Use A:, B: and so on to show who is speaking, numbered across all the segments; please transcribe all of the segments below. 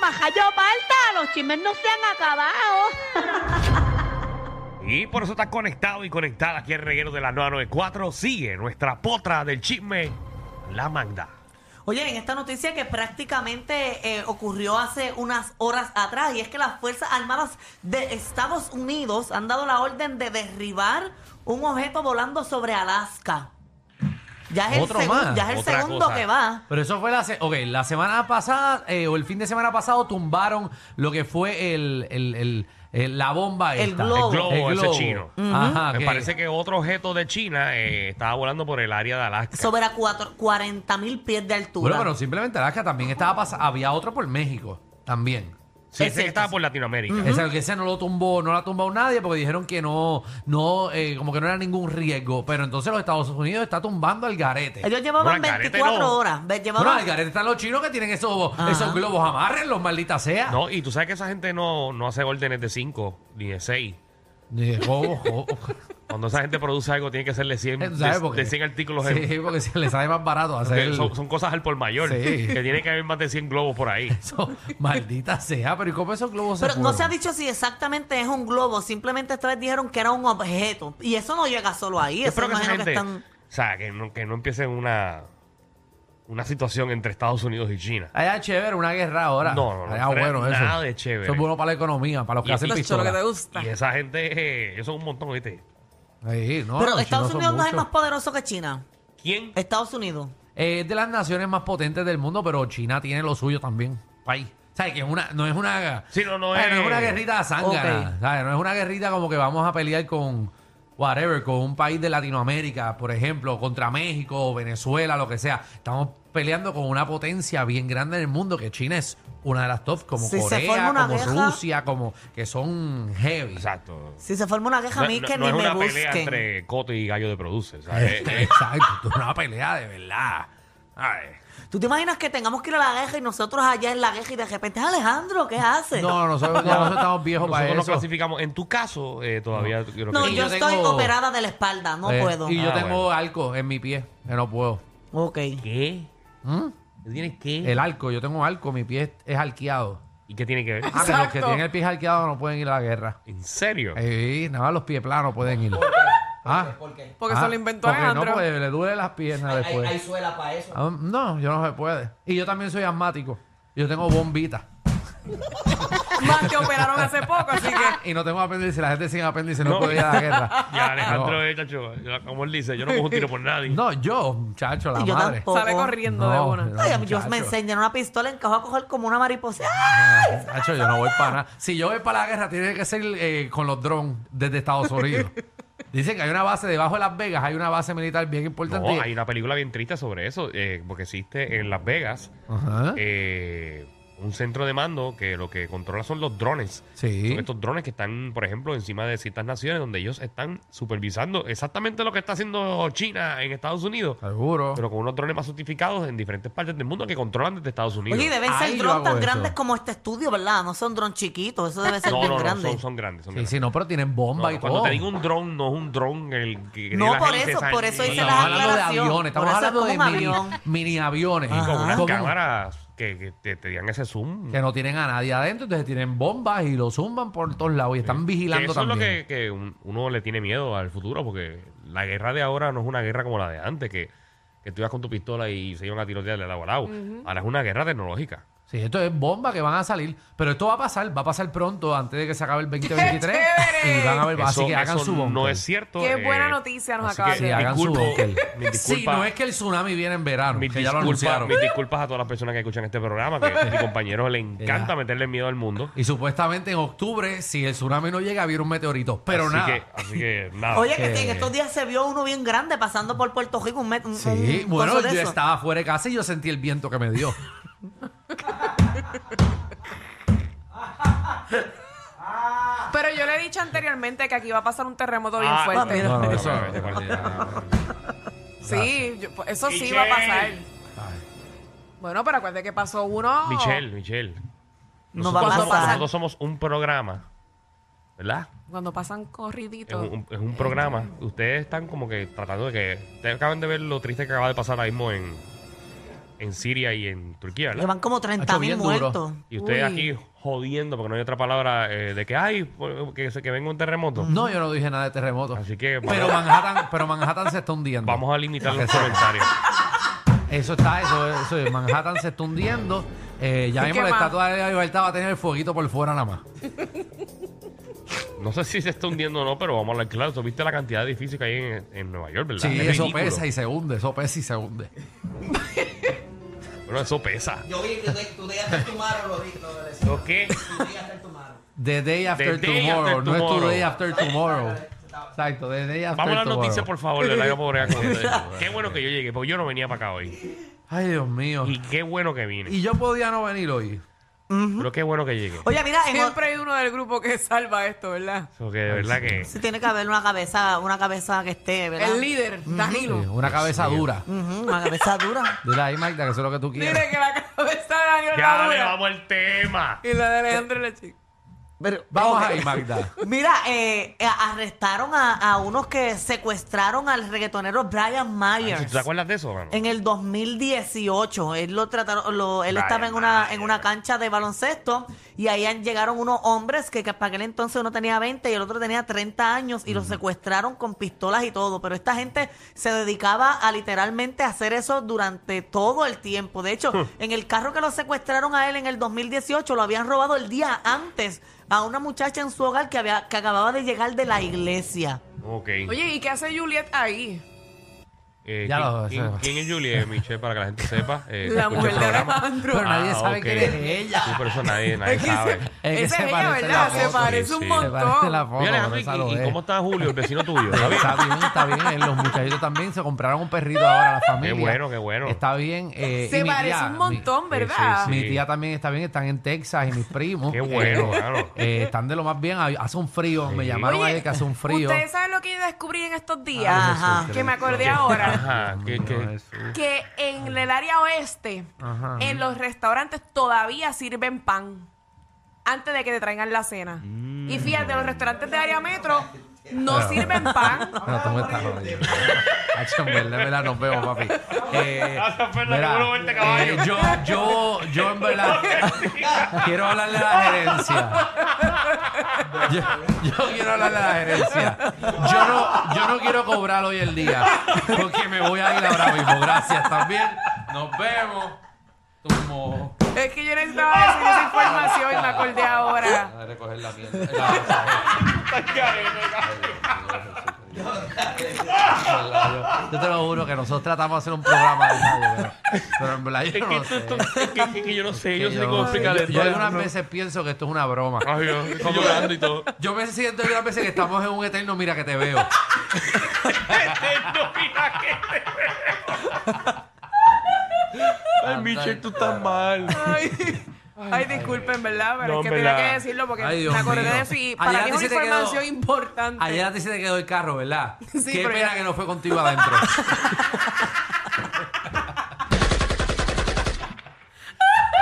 A: majayo falta, los chismes no se han acabado.
B: Y por eso estás conectado y conectada aquí el reguero de la 994. Sigue nuestra potra del chisme, la Magda.
C: Oye, en esta noticia que prácticamente eh, ocurrió hace unas horas atrás, y es que las Fuerzas Armadas de Estados Unidos han dado la orden de derribar un objeto volando sobre Alaska. Ya es
D: Otro
C: el, segun-
D: más,
C: ya es el
B: otra
C: segundo
B: cosa.
C: que va.
D: Pero eso fue la, se- ok, la semana pasada eh, o el fin de semana pasado tumbaron lo que fue el, el- el- el- la bomba
C: El
D: esta.
C: globo.
B: El globo, ese chino.
D: Ajá,
B: Me parece que otro objeto de China eh, estaba volando por el área de Alaska.
C: Sobre a 40 mil pies de altura.
D: Bueno, pero simplemente Alaska también estaba pas- había otro por México también.
B: sí, ese
C: es
B: que
C: cierto,
B: estaba
C: sí.
B: por Latinoamérica.
D: Ese, que ese no lo tumbó, no lo ha tumbado nadie porque dijeron que no, no, eh, como que no era ningún riesgo. Pero entonces los Estados Unidos está tumbando al garete.
C: Ellos llevaban
B: Bueno, al garete
C: 24
B: no.
C: horas. ve-
D: Bueno,
C: Llevaban
D: al garete están los chinos que tienen esos,
C: Ajá.
D: esos globos amarres, los malditas sea.
B: No, y tú sabes que esa gente no, no hace órdenes de 5 ni de 6.
D: Eh, oh, oh, oh.
B: Cuando esa gente produce algo, tiene que hacerle 100,
D: ¿Tú sabes
B: de,
D: por qué?
B: de 100 artículos. en-
D: Eh, Sí, porque se les sale más barato hacer
B: que son, son cosas al por mayor.
D: Sí.
B: Que tiene que haber más de 100 globos por ahí.
D: Eso, maldita sea, pero ¿y cómo esos globos
C: Pero
D: se
C: no
D: fueron?
C: se ha dicho si exactamente es un globo, simplemente esta vez dijeron que era un objeto. Y eso no llega solo ahí,
B: Yo
C: eso
B: espero que esa
C: imagino
B: gente,
C: que están...
B: o sea, que no, que no empiecen una, una situación entre Estados Unidos y China.
D: Allá es Ah, chévere una guerra ahora.
B: No, no, no,
D: Allá
B: no,
D: bueno eso.
B: nada de chévere.
D: Eso es bueno para la economía, para los que
B: Y-
D: hacen
C: Pues,
B: Los
E: Eso es lo que te
D: pistola.
E: gusta.
B: Y esa gente, eh, ellos son un montón, ¿viste?
D: Sí, no,
C: Pero
D: los
C: Estados
D: chinos son
C: Unidos no es el
D: muchos.
C: más poderoso que China.
B: ¿Quién?
C: Estados Unidos.
D: Eh, es de las naciones más potentes del mundo, pero China tiene lo suyo también. País. ¿Sabes? Que es una, no es una.
B: Sí, no, no
D: Ay,
B: es-
D: una guerrita de
C: Ok.
D: ¿sabes? No es una guerrita como que vamos a pelear con. Whatever, con un país de Latinoamérica, por ejemplo, contra México, Venezuela, lo que sea. Estamos peleando con una potencia bien grande en el mundo, que China es una de las top, como
C: Si se
D: Corea,
C: forma una
D: como
C: guerra-
D: Rusia, como que son heavy.
B: Exacto.
C: Si se forma una queja, a mí que
B: no
C: ni
B: es
C: me
B: una pelea
C: busquen.
B: entre Coto y Gallo de Produce. ¿sabes? Eh,
D: Exacto, esto es una pelea de verdad. Ay.
C: ¿Tú te imaginas que tengamos que ir a la guerra y nosotros allá en la guerra y de repente, Alejandro, ¿qué haces?
D: No, nosotros, ya nosotros estamos viejos para
B: nosotros
D: eso.
B: nos clasificamos. En tu caso, eh, todavía yo creo que
C: No,
B: sí.
D: y
C: yo,
D: yo
C: estoy
D: tengo-
C: operada de la espalda, no
D: Eh,
C: puedo.
D: Y yo
B: Ah,
D: tengo
B: bueno.
D: arco en mi pie, que no puedo.
C: Ok.
B: ¿Qué?
D: ¿Mm?
B: ¿Tú ¿Tienes qué?
D: El arco, yo tengo arco, mi pie es- es arqueado.
B: ¿Y qué tiene que ver?
D: Ah, que los que tienen el pie arqueado no pueden ir a la guerra.
B: ¿En serio?
D: Eh, nada más los pies planos pueden ir. ¿Ah?
E: Porque
D: Ah,
E: se lo inventó
D: porque
E: Alejandro.
D: No, pues, le duele las piernas después.
F: suela para eso.
D: Ah, no, yo no se puede. Y yo también soy asmático. Yo tengo bombita.
E: Más que operaron hace poco, así que.
D: Y no tengo apéndice. La gente sin apéndice no,
B: No.
D: puede ir a la guerra.
B: Ya, Alejandro,
D: ah, No.
B: eh, chacho, ya, como él dice, yo no cojo un tiro por nadie.
D: No, yo, muchacho, la
C: Y yo
D: madre.
C: tampoco.
E: Sale corriendo de
D: No,
E: una.
D: no,
C: Ay, a mí yo
D: muchacho.
C: me enseñan una pistola en que voy a coger como una mariposa. ¡Ah!
D: Ah, Nacho, yo no voy para nada. Si yo voy para la guerra, tiene que ser eh, con los drones desde Estados Unidos. Dicen que hay una base debajo de Las Vegas, hay una base militar bien importante.
B: No, hay una película bien triste sobre eso, eh, porque existe en Las Vegas
D: Ajá.
B: eh, un centro de mando que lo que controla son los drones.
D: sí.
B: Son estos drones que están, por ejemplo, encima de ciertas naciones donde ellos están supervisando exactamente lo que está haciendo China en Estados Unidos,
D: Seguro.
B: pero con unos drones más sofisticados en diferentes partes del mundo que controlan desde Estados Unidos.
C: Oye, y deben
D: Ahí
C: ser
D: yo
C: drones
D: hago
C: tan
D: eso.
C: grandes como este estudio, ¿verdad? No son drones chiquitos, eso debe ser
B: no,
C: bien
B: no, no,
C: grande.
B: son, son grandes. Son
D: Sí,
B: grandes.
D: sí, no, pero tienen bomba
B: No, no,
D: y
B: cuando
D: todo.
B: te digo un dron, no es un dron el que... que
C: No,
B: la
C: por
B: gente
C: eso-
B: sale-
C: por eso
B: No,
C: hice
D: Estamos
C: la
D: hablando de
C: aclaración.
D: aviones, estamos
C: Por eso es
D: hablando de
C: como un
D: mini,
C: avión.
D: mini aviones.
C: Ajá.
B: Con unas
D: Como-
B: cámaras que, que te, te dan ese zoom.
D: Que no tienen a nadie adentro, entonces tienen bombas y lo zumban por todos lados y están vigilando
B: Que eso
D: también.
B: es lo que, que un- uno le tiene miedo al futuro, porque la guerra de ahora no es una guerra como la de antes, que, que tú ibas con tu pistola y se iban a tirotear de lado a lado. Ahora es una guerra tecnológica.
D: Sí, esto es bomba que van a salir, pero esto va a pasar, va a pasar pronto, antes de que se acabe el 2023.
E: chévere!
D: y van a ver, así
B: Eso-
D: que hagan
B: eso
D: su bomba.
B: No es cierto.
E: Qué buena noticia nos acabas
D: Sí,
E: de
D: hagan su bunker.
B: Mis
D: Sí,
B: disculpas,
D: no es que el tsunami viene en verano,
B: mis
D: que ya lo
B: disculpas,
D: anunciaron.
B: mis disculpas a todas las personas que escuchan este programa, que a mis compañeros le encanta
D: Ya.
B: meterle miedo al mundo.
D: Y supuestamente en octubre, si el tsunami no llega, viene un meteorito. Pero
B: así
D: nada.
B: Que, así que nada.
C: Oye, que
D: que-
C: en estos días se vio uno bien grande pasando por Puerto Rico. Un met- un-
D: Sí,
C: un
D: bueno,
C: coso
D: yo
C: de eso.
D: estaba fuera de casa y yo sentí el viento que me dio.
E: Pero yo le he dicho anteriormente que aquí va a pasar un terremoto bien
B: Ah,
E: fuerte.
D: No, no,
B: Pero,
D: eso-
B: pero, pero, pero,
E: Sí, yo- pues, eso sí
B: Michelle.
E: va a pasar.
D: Ay.
E: Bueno, pero acuérdate que pasó uno.
B: Michelle, Michelle.
C: No
B: nosotros
C: va a
B: somos-
C: pasar.
B: Nosotros somos un programa, ¿verdad?
E: Cuando pasan
B: Es
E: corriditos.
B: un, es un programa. Ustedes están como que tratando de que. Ustedes acaban de ver lo triste que acaba de pasar ahí mismo en, en en Siria y en Turquía, ¿verdad?
C: Llevan como 30 mil
D: bien duro.
C: muertos.
B: Y ustedes
E: Uy.
B: aquí jodiendo, porque no hay otra palabra, eh, de que hay, que, se- que venga un terremoto.
D: No, yo no dije nada de terremoto.
B: Así que vamos,
D: Pero Manhattan, pero Manhattan se está hundiendo.
B: vamos a limitar los
D: Para que sepa.
B: comentarios.
D: Eso está, eso, eso es. Manhattan se está hundiendo. Eh, ya
E: ¿Y
D: mismo
E: qué
D: la
E: más?
D: estatua de la libertad va a tener el fueguito por fuera nada más.
B: No sé si se está hundiendo o no, pero vamos a hablar claro. ¿Tú viste la cantidad de edificios que hay en, en Nueva York, verdad?
D: Sí,
B: Es
D: eso
B: ridículo.
D: pesa y se hunde, eso pesa y se hunde.
B: Bueno, eso pesa.
F: Yo vi que tu- tu día está tu maro, lo vi. lo decía.
B: ¿Lo qué?
F: Tu día está tu maro.
D: The day after
B: The day
D: tomorrow,
B: after
D: no es tu
B: tomorrow.
D: day after tomorrow. Exacto, the day after
B: Vamos a las
D: tomorrow.
B: noticias, por favor, de la pobre Qué bueno que yo llegué, porque yo no venía para acá hoy.
D: Ay, Dios mío.
B: Y qué bueno que vine.
D: Y yo podía no venir hoy.
B: Pero qué bueno que llegué.
C: Oye, mira, en o-
E: Siempre hay uno del grupo que salva esto, ¿verdad?
B: Porque de verdad que.
C: sí tiene que haber una cabeza, una cabeza que esté, ¿verdad?
E: El líder,
D: Sí,
E: Danilo.
D: una cabeza dura.
C: Ujú, una cabeza dura.
D: Dile ahí, Magda, que eso es lo que tú quieres.
E: Dile que la cabeza de Danilo
B: Ya
E: la
B: le
E: dura.
B: vamos al tema.
E: Y la de Alejandro la chica.
C: Pero,
D: Vamos
C: ok.
D: ahí, Magda.
C: Mira, eh, eh, arrestaron a, a unos que secuestraron al reggaetonero Brian
B: ¿Tú
C: Myers.
B: te acuerdas de eso, mano?
C: En el 2018, él lo trataron, lo- él
B: Brian
C: estaba en una, en una
B: Myers.
C: cancha de baloncesto y ahí han- llegaron unos hombres que, que para aquel entonces uno tenía 20 y el otro tenía 30 años y los secuestraron con pistolas y todo. Pero esta gente se dedicaba a literalmente hacer eso durante todo el tiempo. De hecho, en el carro que lo secuestraron a él en el 2018 lo habían robado el día antes a una muchacha en su hogar que, había, que acababa de llegar de la iglesia.
B: Ok.
E: Oye, ¿y qué hace Juliet ahí?
B: Eh,
D: Ya
B: ¿quién,
D: lo sé.
B: quién- quién es Juliet, Michelle, para que la gente sepa? Eh, escucha
E: La
B: el
E: mujer de
B: programa. Ah,
E: Alejandro.
D: Pero nadie sabe
B: ok.
D: quién es ella.
B: Sí, por eso nadie, nadie
E: Es que
B: sabe.
E: se-
D: Es que
E: Esa
D: se
E: es ella,
D: parece la
E: ¿verdad? Se
D: foto.
E: parece
B: Sí,
E: un
B: sí.
D: Se parece
E: montón.
D: la foto,
B: Mira,
D: pero
B: Alejandro, ¿y-
D: esa lo
B: ¿y,
D: es.
B: cómo está Julio, el vecino tuyo? ¿Está bien?
D: Está bien, está bien. Eh, Los muchachitos también se compraron un perrito ahora, la familia.
B: Qué bueno, qué bueno.
D: Está bien. eh, y
E: Se
D: mi
E: parece
D: tía,
E: un
D: mi-
E: montón, ¿verdad?
B: sí,
D: Mi,
B: sí.
D: tía también está bien, están en Texas y mis primos.
B: Qué bueno,
D: Eh,
B: claro.
D: eh, están de lo más bien, Hay- hace un frío, me
B: Sí.
D: llamaron
E: Oye,
D: ayer que hace un frío.
E: Ustedes saben lo que yo descubrí en estos días.
C: Ajá.
E: Que me acordé ahora.
B: Ajá, que,
D: Dios mío,
B: que-
D: Jesús.
E: Que en el área oeste,
D: Ajá.
E: en los restaurantes todavía sirven pan antes de que te traigan la cena. Y fíjate, los restaurantes de área metro no
D: Claro.
E: sirven pan.
D: No, tú me estás jodiendo. Hacho, en verdad, en verdad, nos vemos, papi. Eh,
B: Gracias, Fernando, que uno vuelve caballo.
D: eh, yo, yo, yo, en verdad, quiero hablarle a la gerencia. Yo, yo quiero hablarle a la gerencia. Yo no, yo no quiero cobrar hoy el día, porque me voy a ir ahora mismo. Gracias también. Nos vemos. Tumo.
E: Es que yo necesitaba decir esa información y me acordé ahora.
D: Voy a recoger la mierda.
B: eh,
D: La- Yo te lo juro que nosotros tratamos de hacer un programa de radio, pero, pero en verdad yo no
B: que tú-
D: sé.
B: tú- que- que- que yo no sé,
D: Que
B: yo no sé cómo
D: no sé.
B: explicar
D: Yo-
B: esto.
D: Yo algunas veces pienso que esto es una broma.
B: Ay, Dios, estoy llorando y todo.
D: Yo me siento algunas veces que estamos en un eterno mira que te veo.
B: Este, No, mira que te veo. Ay, Michelle, tú estás mal.
E: Ay, ay, disculpen, ¿verdad? Pero
B: No,
E: es que
B: en
E: tenía
B: verdad.
E: que decirlo porque
D: Ay, Dios
E: me acordé
D: mío.
E: de si para
D: Ayer
E: mí
D: a ti
E: es una
D: se te quedó-
E: información importante.
D: Ayer a ti se te quedó el carro, ¿verdad?
E: Sí,
D: Qué
E: pero
D: pena
E: ya-
D: que no fue contigo adentro.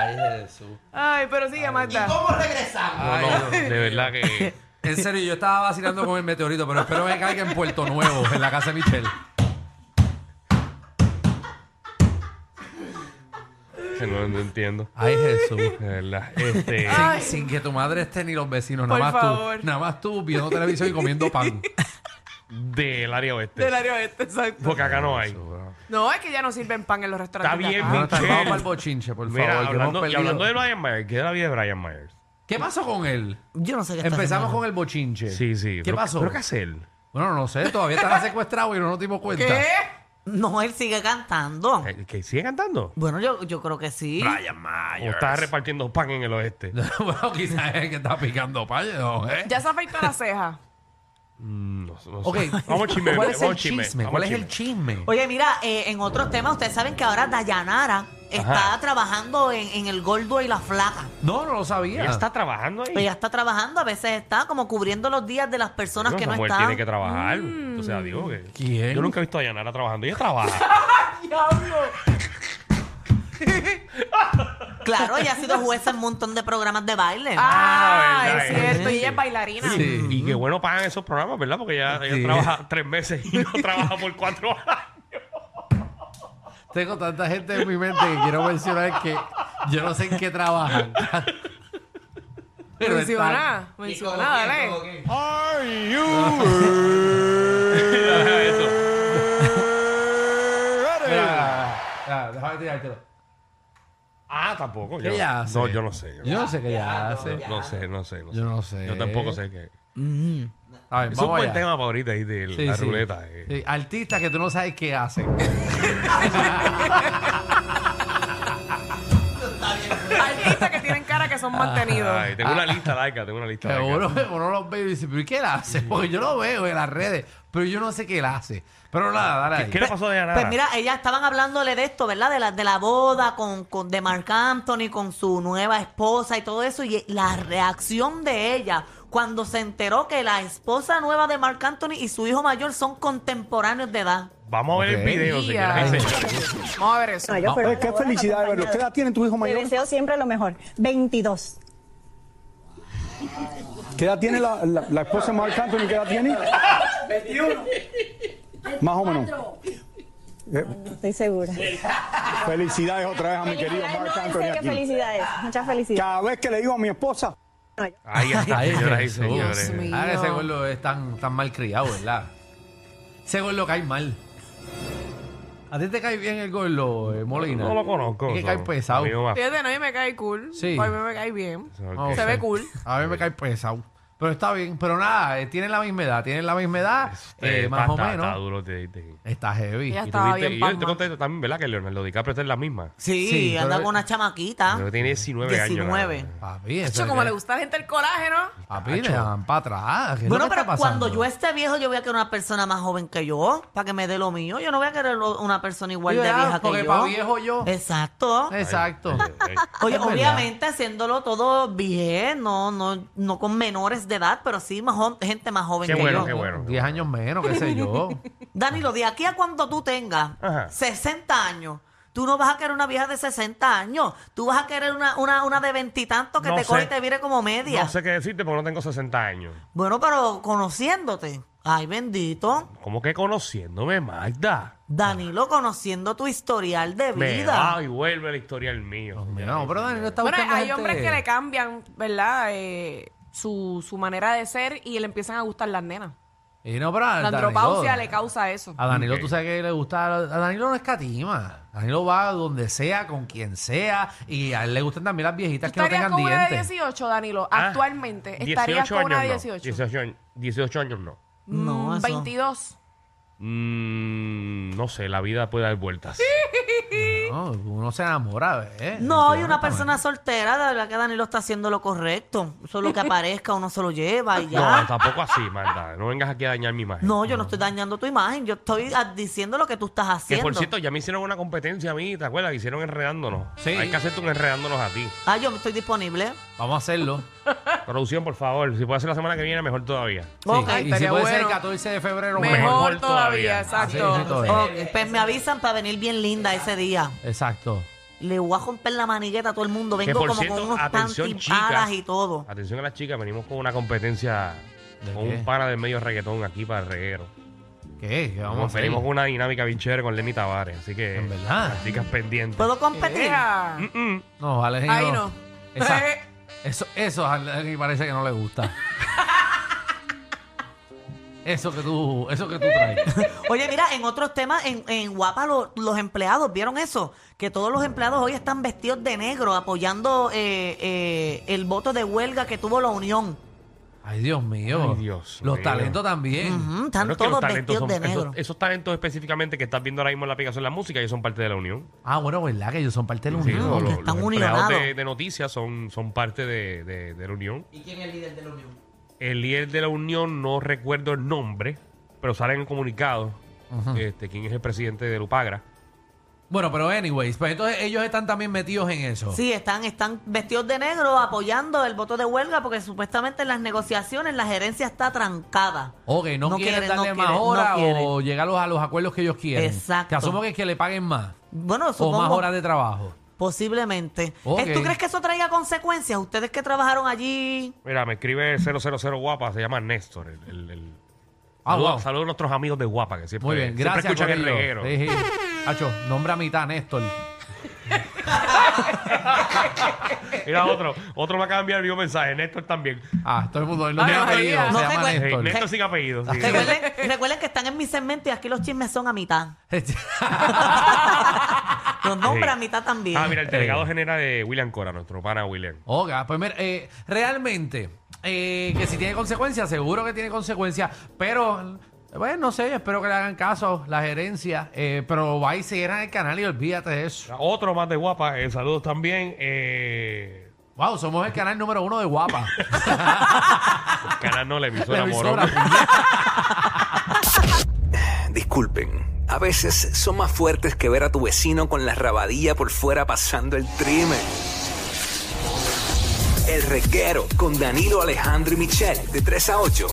D: Ay, Jesús.
E: Ay, pero sigue,
F: ¿Y
E: Marta.
F: cómo regresamos?
B: No, no, de verdad que.
D: En serio, yo estaba vacilando con el meteorito, pero espero que caiga en Puerto Nuevo, en la casa de Michelle.
B: que No, no entiendo.
D: Ay, Jesús.
B: De verdad. Este.
D: Sin, sin que tu madre esté ni los vecinos, nada
E: Por
D: más
E: favor.
D: tú. Nada más tú viendo televisión y comiendo pan.
B: Del área oeste.
E: Del área oeste, exacto.
B: Porque acá no hay.
D: ah,
E: No, es que ya no sirven pan en los restaurantes.
B: Está
E: de
B: bien,
E: acá. Ah,
D: Ahora
B: Michelle.
D: vamos para el bochinche, por favor.
B: Mira,
D: que hemos
B: hablando, y
D: perdido-
B: hablando de Brian Myers, ¿qué es la vida de Brian Myers?
D: ¿Qué pasó con él?
C: Yo no sé qué está
D: Empezamos
C: haciendo.
D: con el bochinche.
B: Sí, sí.
D: ¿Qué
B: pero-
D: pasó?
B: ¿Pero qué hace él?
D: Bueno, no sé, todavía estaba secuestrado y no nos dimos cuenta.
E: ¿Qué?
C: No, él sigue cantando.
B: Eh, ¿Que sigue cantando?
C: Bueno, yo, yo creo que sí.
B: Brian Myers. O está repartiendo pan en el oeste.
D: bueno, quizás es el que está picando payo, ¿no? ¿eh?
E: Ya se afeitó la ceja.
B: Mm, No, no
D: Ok,
B: sé. Vamos chisme.
D: ¿cuál es el
B: vamos
D: chisme?
B: chisme.
D: ¿Cuál
B: vamos
D: es el
B: chisme.
D: chisme?
C: Oye, mira, eh, en otros temas, ustedes saben que ahora Dayanara está trabajando en, en el gordo y la flaca.
D: No, no lo sabía.
B: Ella está trabajando ahí.
C: Ella está trabajando, a veces está como cubriendo los días de las personas
B: No, Mm.
C: que no
B: Samuel
C: están.
B: tiene que trabajar. Entonces, adiós. que-
D: ¿Quién?
B: Yo nunca he visto a Yanara trabajando. Ella trabaja.
E: ¡Diablo!
C: Claro, ella ha sido jueza en un montón de programas de baile.
E: Ah,
B: verdad,
E: es
B: eh.
E: cierto. Y ella es bailarina.
D: Sí.
B: Y qué bueno pagan esos programas, ¿verdad? Porque ella, ella
D: Sí.
B: trabaja tres meses y no trabaja por cuatro años.
D: Tengo tanta gente en mi mente que quiero mencionar que yo no sé en qué trabajan. Pero están-
E: Menciona, menciona, dale.
B: Eso.
D: Mira, mira, déjame tirártelo.
B: Ah, tampoco.
D: ¿Qué
B: yo-
D: ella hace?
B: No, yo no sé.
D: Yo no sé qué ella hace.
B: No sé, no sé, no sé.
D: Yo no sé.
B: Yo tampoco sé qué.
D: A ver,
B: Es un
D: vamos
B: buen
D: allá.
B: tema para ahorita ahí de
D: Sí,
B: la
D: sí.
B: ruleta. eh.
D: Sí, Artistas que tú no sabes qué hacen.
F: "Oh, pues".
E: Artistas que tienen cara que son mantenidos.
B: Ay, tengo
D: Ah.
B: una lista larga, tengo una lista larga.
D: Seguro uno los ve y dice, ¿pero y qué él hace? Porque yo lo veo en las redes, pero yo no sé qué él hace. Pero nada, dale ahí.
B: ¿Qué le pasó a Diana?
C: Pues mira, ellas estaban hablándole de esto, ¿verdad? De la, de la boda con, con de Marc Anthony, con su nueva esposa y todo eso. Y la reacción de ella cuando se enteró que la esposa nueva de Marc Anthony y su hijo mayor son contemporáneos de edad.
B: Vamos a ver
D: Ok.
B: el video, señoras y
E: Ay.
B: señores.
E: Vamos a ver eso.
G: No, yo
H: Oye, qué felicidad de verlo. ¿Qué edad tiene tu hijo
G: Le
H: mayor?
G: deseo siempre lo mejor. 22.
H: ¿Qué edad tiene la, la- la esposa de Mark Anthony? ¿Qué edad tiene? 21. Más o menos. Eh,
G: No estoy segura.
H: Felicidades otra vez a mi querido
G: Felicidades,
H: Mark
G: no, en
H: Anthony
G: serio,
H: aquí.
G: felicidades. Muchas felicidades.
H: Cada vez que le digo a mi esposa,
B: Ahí está,
D: Ay,
B: señoras y
D: Jesús.
B: señores.
E: mío.
D: Ah, ese gordo es tan, tan mal criado, ¿verdad? Ese gordo cae mal. ¿A ti te cae bien el gordo, eh, Molina?
B: No lo conozco.
D: Es que
B: no.
D: cae pesado.
B: A mí no me-
E: Fíjate, no, y me cae cool.
D: Sí.
E: A mí me cae bien.
B: Ok.
E: Se ve cool.
D: A mí me cae pesado. Pero está bien. Pero nada, eh, tienen la misma edad. Tienen la misma edad,
B: Este,
D: eh, más o
B: está- Está
D: menos.
B: duro. te- te-
D: Está heavy.
E: Ya
B: Y tú
E: Estaba
B: viste-
E: bien
B: y yo te
E: palma.
B: conté también, ¿verdad? Que Leonardo DiCaprio está en la misma.
C: Sí,
D: Sí,
C: anda
D: pero-
C: con una
E: Ah.
C: chamaquita.
B: Creo que tiene 19, años.
C: 19.
B: nada más.
D: Papi, eso
E: Eso
D: es
E: como
D: que-
E: le gusta a la gente el colágeno.
D: Papi, le dan para atrás. ¿Qué es lo
C: Bueno,
D: que
C: pero
D: está
C: cuando
D: pasando?
C: yo esté viejo, yo voy a querer una persona más joven que yo, para que me dé lo mío. Yo no voy a querer lo- una persona igual
D: Sí,
C: de
D: ¿verdad?
C: vieja que
D: Porque
C: yo.
D: pa' viejo yo.
C: Exacto.
D: Exacto.
B: Ay, ay,
C: Oye,
D: Es verdad.
C: obviamente haciéndolo todo bien, no, no, no con menores de edad, pero sí más jo- gente más joven
B: Qué
C: que
B: bueno,
C: yo.
B: qué bueno.
D: 10 años menos, qué sé yo.
C: Danilo, de aquí a cuando tú tengas
B: Ajá.
C: 60 años, tú no vas a querer una vieja de 60 años. Tú vas a querer una, una, una de veintitantos que
B: No
C: te coge
B: sé.
C: y te vire como
B: ay.
C: media.
B: No sé qué decirte porque no tengo 60 años.
C: Bueno, pero conociéndote. Ay, bendito.
B: ¿Cómo que conociéndome, Magda?
C: Danilo, conociendo tu historial de
B: Me
C: vida.
B: va y vuelve la historia al mío.
D: No, pero Dani no está
E: Bueno,
D: buscando
E: hay
D: gente-
E: hombres que le cambian, ¿verdad? Eh, su, su manera de ser y le empiezan a gustar las nenas.
D: Y no, pero a
E: La andropausia
D: Danilo-
E: le causa eso.
D: A Danilo,
B: Ok.
D: tú sabes que le gusta. A Danilo no escatima. Danilo va donde sea, con quien sea. Y a él le gustan también las
E: ¿Tú
D: viejitas que no
E: estarías
D: tengan
E: con una de
D: dientes.
E: 18, Danilo?
B: Ah,
E: Actualmente, ¿estarías
B: 18
E: con una de
B: años no.
E: 18?
B: 18, años- 18 años no.
C: No,
E: Mm,
C: eso-
E: 22.
B: Mm, no sé, la vida puede dar vueltas.
D: No, uno se enamora,
C: No, y
D: ¿eh? Entiendo
C: una
D: también.
C: persona soltera, de verdad que Danilo está haciendo lo correcto. Solo que aparezca, uno se lo lleva y
B: No,
C: ya.
B: tampoco así, Magda. No vengas aquí a dañar mi imagen.
C: No, yo no estoy dañando tu imagen, yo estoy ah, diciendo lo que tú estás
B: Que
C: haciendo.
B: por cierto, ya me hicieron una competencia a mí, ¿te acuerdas? Que hicieron enredándonos.
D: Sí.
B: Hay que hacerte un enredándonos a ti.
C: Ah, yo estoy disponible.
D: Vamos a hacerlo.
B: Producción, por favor. Si puede ser la semana que viene, mejor todavía.
D: Sí.
E: Ok,
D: y si
E: estaría
D: puede ser el
E: bueno.
D: 14 de febrero,
E: Mejor,
D: mejor.
B: mejor todavía.
E: todavía,
D: Así, así
E: exacto.
D: todo es.
B: eh,
C: Ok, pues me avisan para venir bien linda ese día.
D: Exacto.
C: Le voy a romper la manigueta a todo el mundo.
B: que
C: Vengo
B: por
C: como
B: cierto,
C: con unos
B: atención
C: panty
B: chicas.
C: alas y todo.
B: Atención a las chicas, venimos con una competencia
D: ¿De
B: con
D: qué?
B: un pana del medio reggaetón aquí para el reguero.
D: ¿Qué? ¿Qué vamos a hacer?
B: venimos con una dinámica bien chévere con Lenny Tavares. Así que
D: En verdad.
B: las chicas pendientes.
C: ¿Puedo competir?
E: Deja.
D: No, vale,
E: Ahí no.
D: Esa- eso, eso a Dani parece que no le gusta. eso que tú, eso que tú traes.
C: Oye, mira, en otros temas, en, en Guapa lo- los empleados, ¿vieron eso? Que todos los empleados hoy están vestidos de negro apoyando eh, eh, el voto de huelga que tuvo la Unión.
D: Ay, Dios mío.
B: Ay, Dios
D: Los
B: mío.
D: talentos también.
C: Ujú,
B: Pero es
C: están
B: que los
C: todos
B: talentos
C: vestidos
B: son-
C: de
B: esos-
C: negro.
B: Esos, talentos específicamente que estás viendo ahora mismo en la aplicación de la música, ellos son parte de la unión.
D: Ah, bueno, ¿verdad? Que ellos son parte de la
B: Sí,
D: unión.
B: los-
C: que
B: los
C: están
B: empleados de,
C: unionados.
B: de noticias son, son parte de, de- de la unión.
F: ¿Y quién es el líder de la unión?
B: El líder de la unión, no recuerdo el nombre, pero sale en el comunicado este, quién es el presidente de Lupagra.
D: Bueno, pero anyways, pues entonces ellos están también metidos en eso.
C: Sí, están, están vestidos de negro apoyando el voto de huelga porque supuestamente en las negociaciones la gerencia está trancada.
D: Ok, no,
C: No
D: quieren
C: quieren,
D: darle
C: no
D: más
C: quieren, no
D: horas o
C: quieren.
D: llegar a los- a los acuerdos que ellos quieren.
C: Exacto.
D: Que asumo que es que le paguen más.
C: Bueno,
D: O más
C: supongo
D: horas de trabajo.
C: posiblemente.
D: Ok.
C: ¿Eh, ¿Tú crees que eso traiga consecuencias? Ustedes que trabajaron allí,
B: Mira, me escribe 000 Guapa, se llama Néstor. El, el- el-
D: Ah,
B: saludos,
D: wow.
B: saludos a nuestros amigos de Guapa que siempre,
D: Muy bien,
B: Pues, siempre
D: gracias.
B: escuchan el
D: Corillo.
B: reguero.
D: Sí, sí. Hacho, nombra a mitad, Néstor.
B: Mira otro, otro me acaba de enviar el mismo mensaje, Néstor también.
D: Ah, todo el mundo. él no
E: Ay,
D: tiene
E: María.
D: apellido,
C: No
D: se
C: se
D: llama
C: cuenta.
B: Eh,
D: Néstor.
B: Néstor sin apellido. sí.
C: Recuerden, recuerden que están en mi segmento y aquí los chismes son a mitad. Los nombres a mitad también.
B: Ah, mira, el
D: Eh.
B: delegado general de William Cora, nuestro pana William.
D: Oiga, pues mira, eh, realmente, eh, que si tiene consecuencias, seguro que tiene consecuencias, pero, eh, bueno, no sé, espero que le hagan caso la gerencia, eh, pero va y cierran el canal y olvídate de eso.
B: Otro más de guapa, eh, saludos también. Eh,
D: Wow, somos el canal número uno de Guapa.
B: canal no, la emisora,
D: La
B: morón.
D: emisora.
I: Disculpen, a veces son más fuertes que ver a tu vecino con la rabadilla por fuera pasando el trimen. El reguero con Danilo Alejandro y Michel de 3 a 8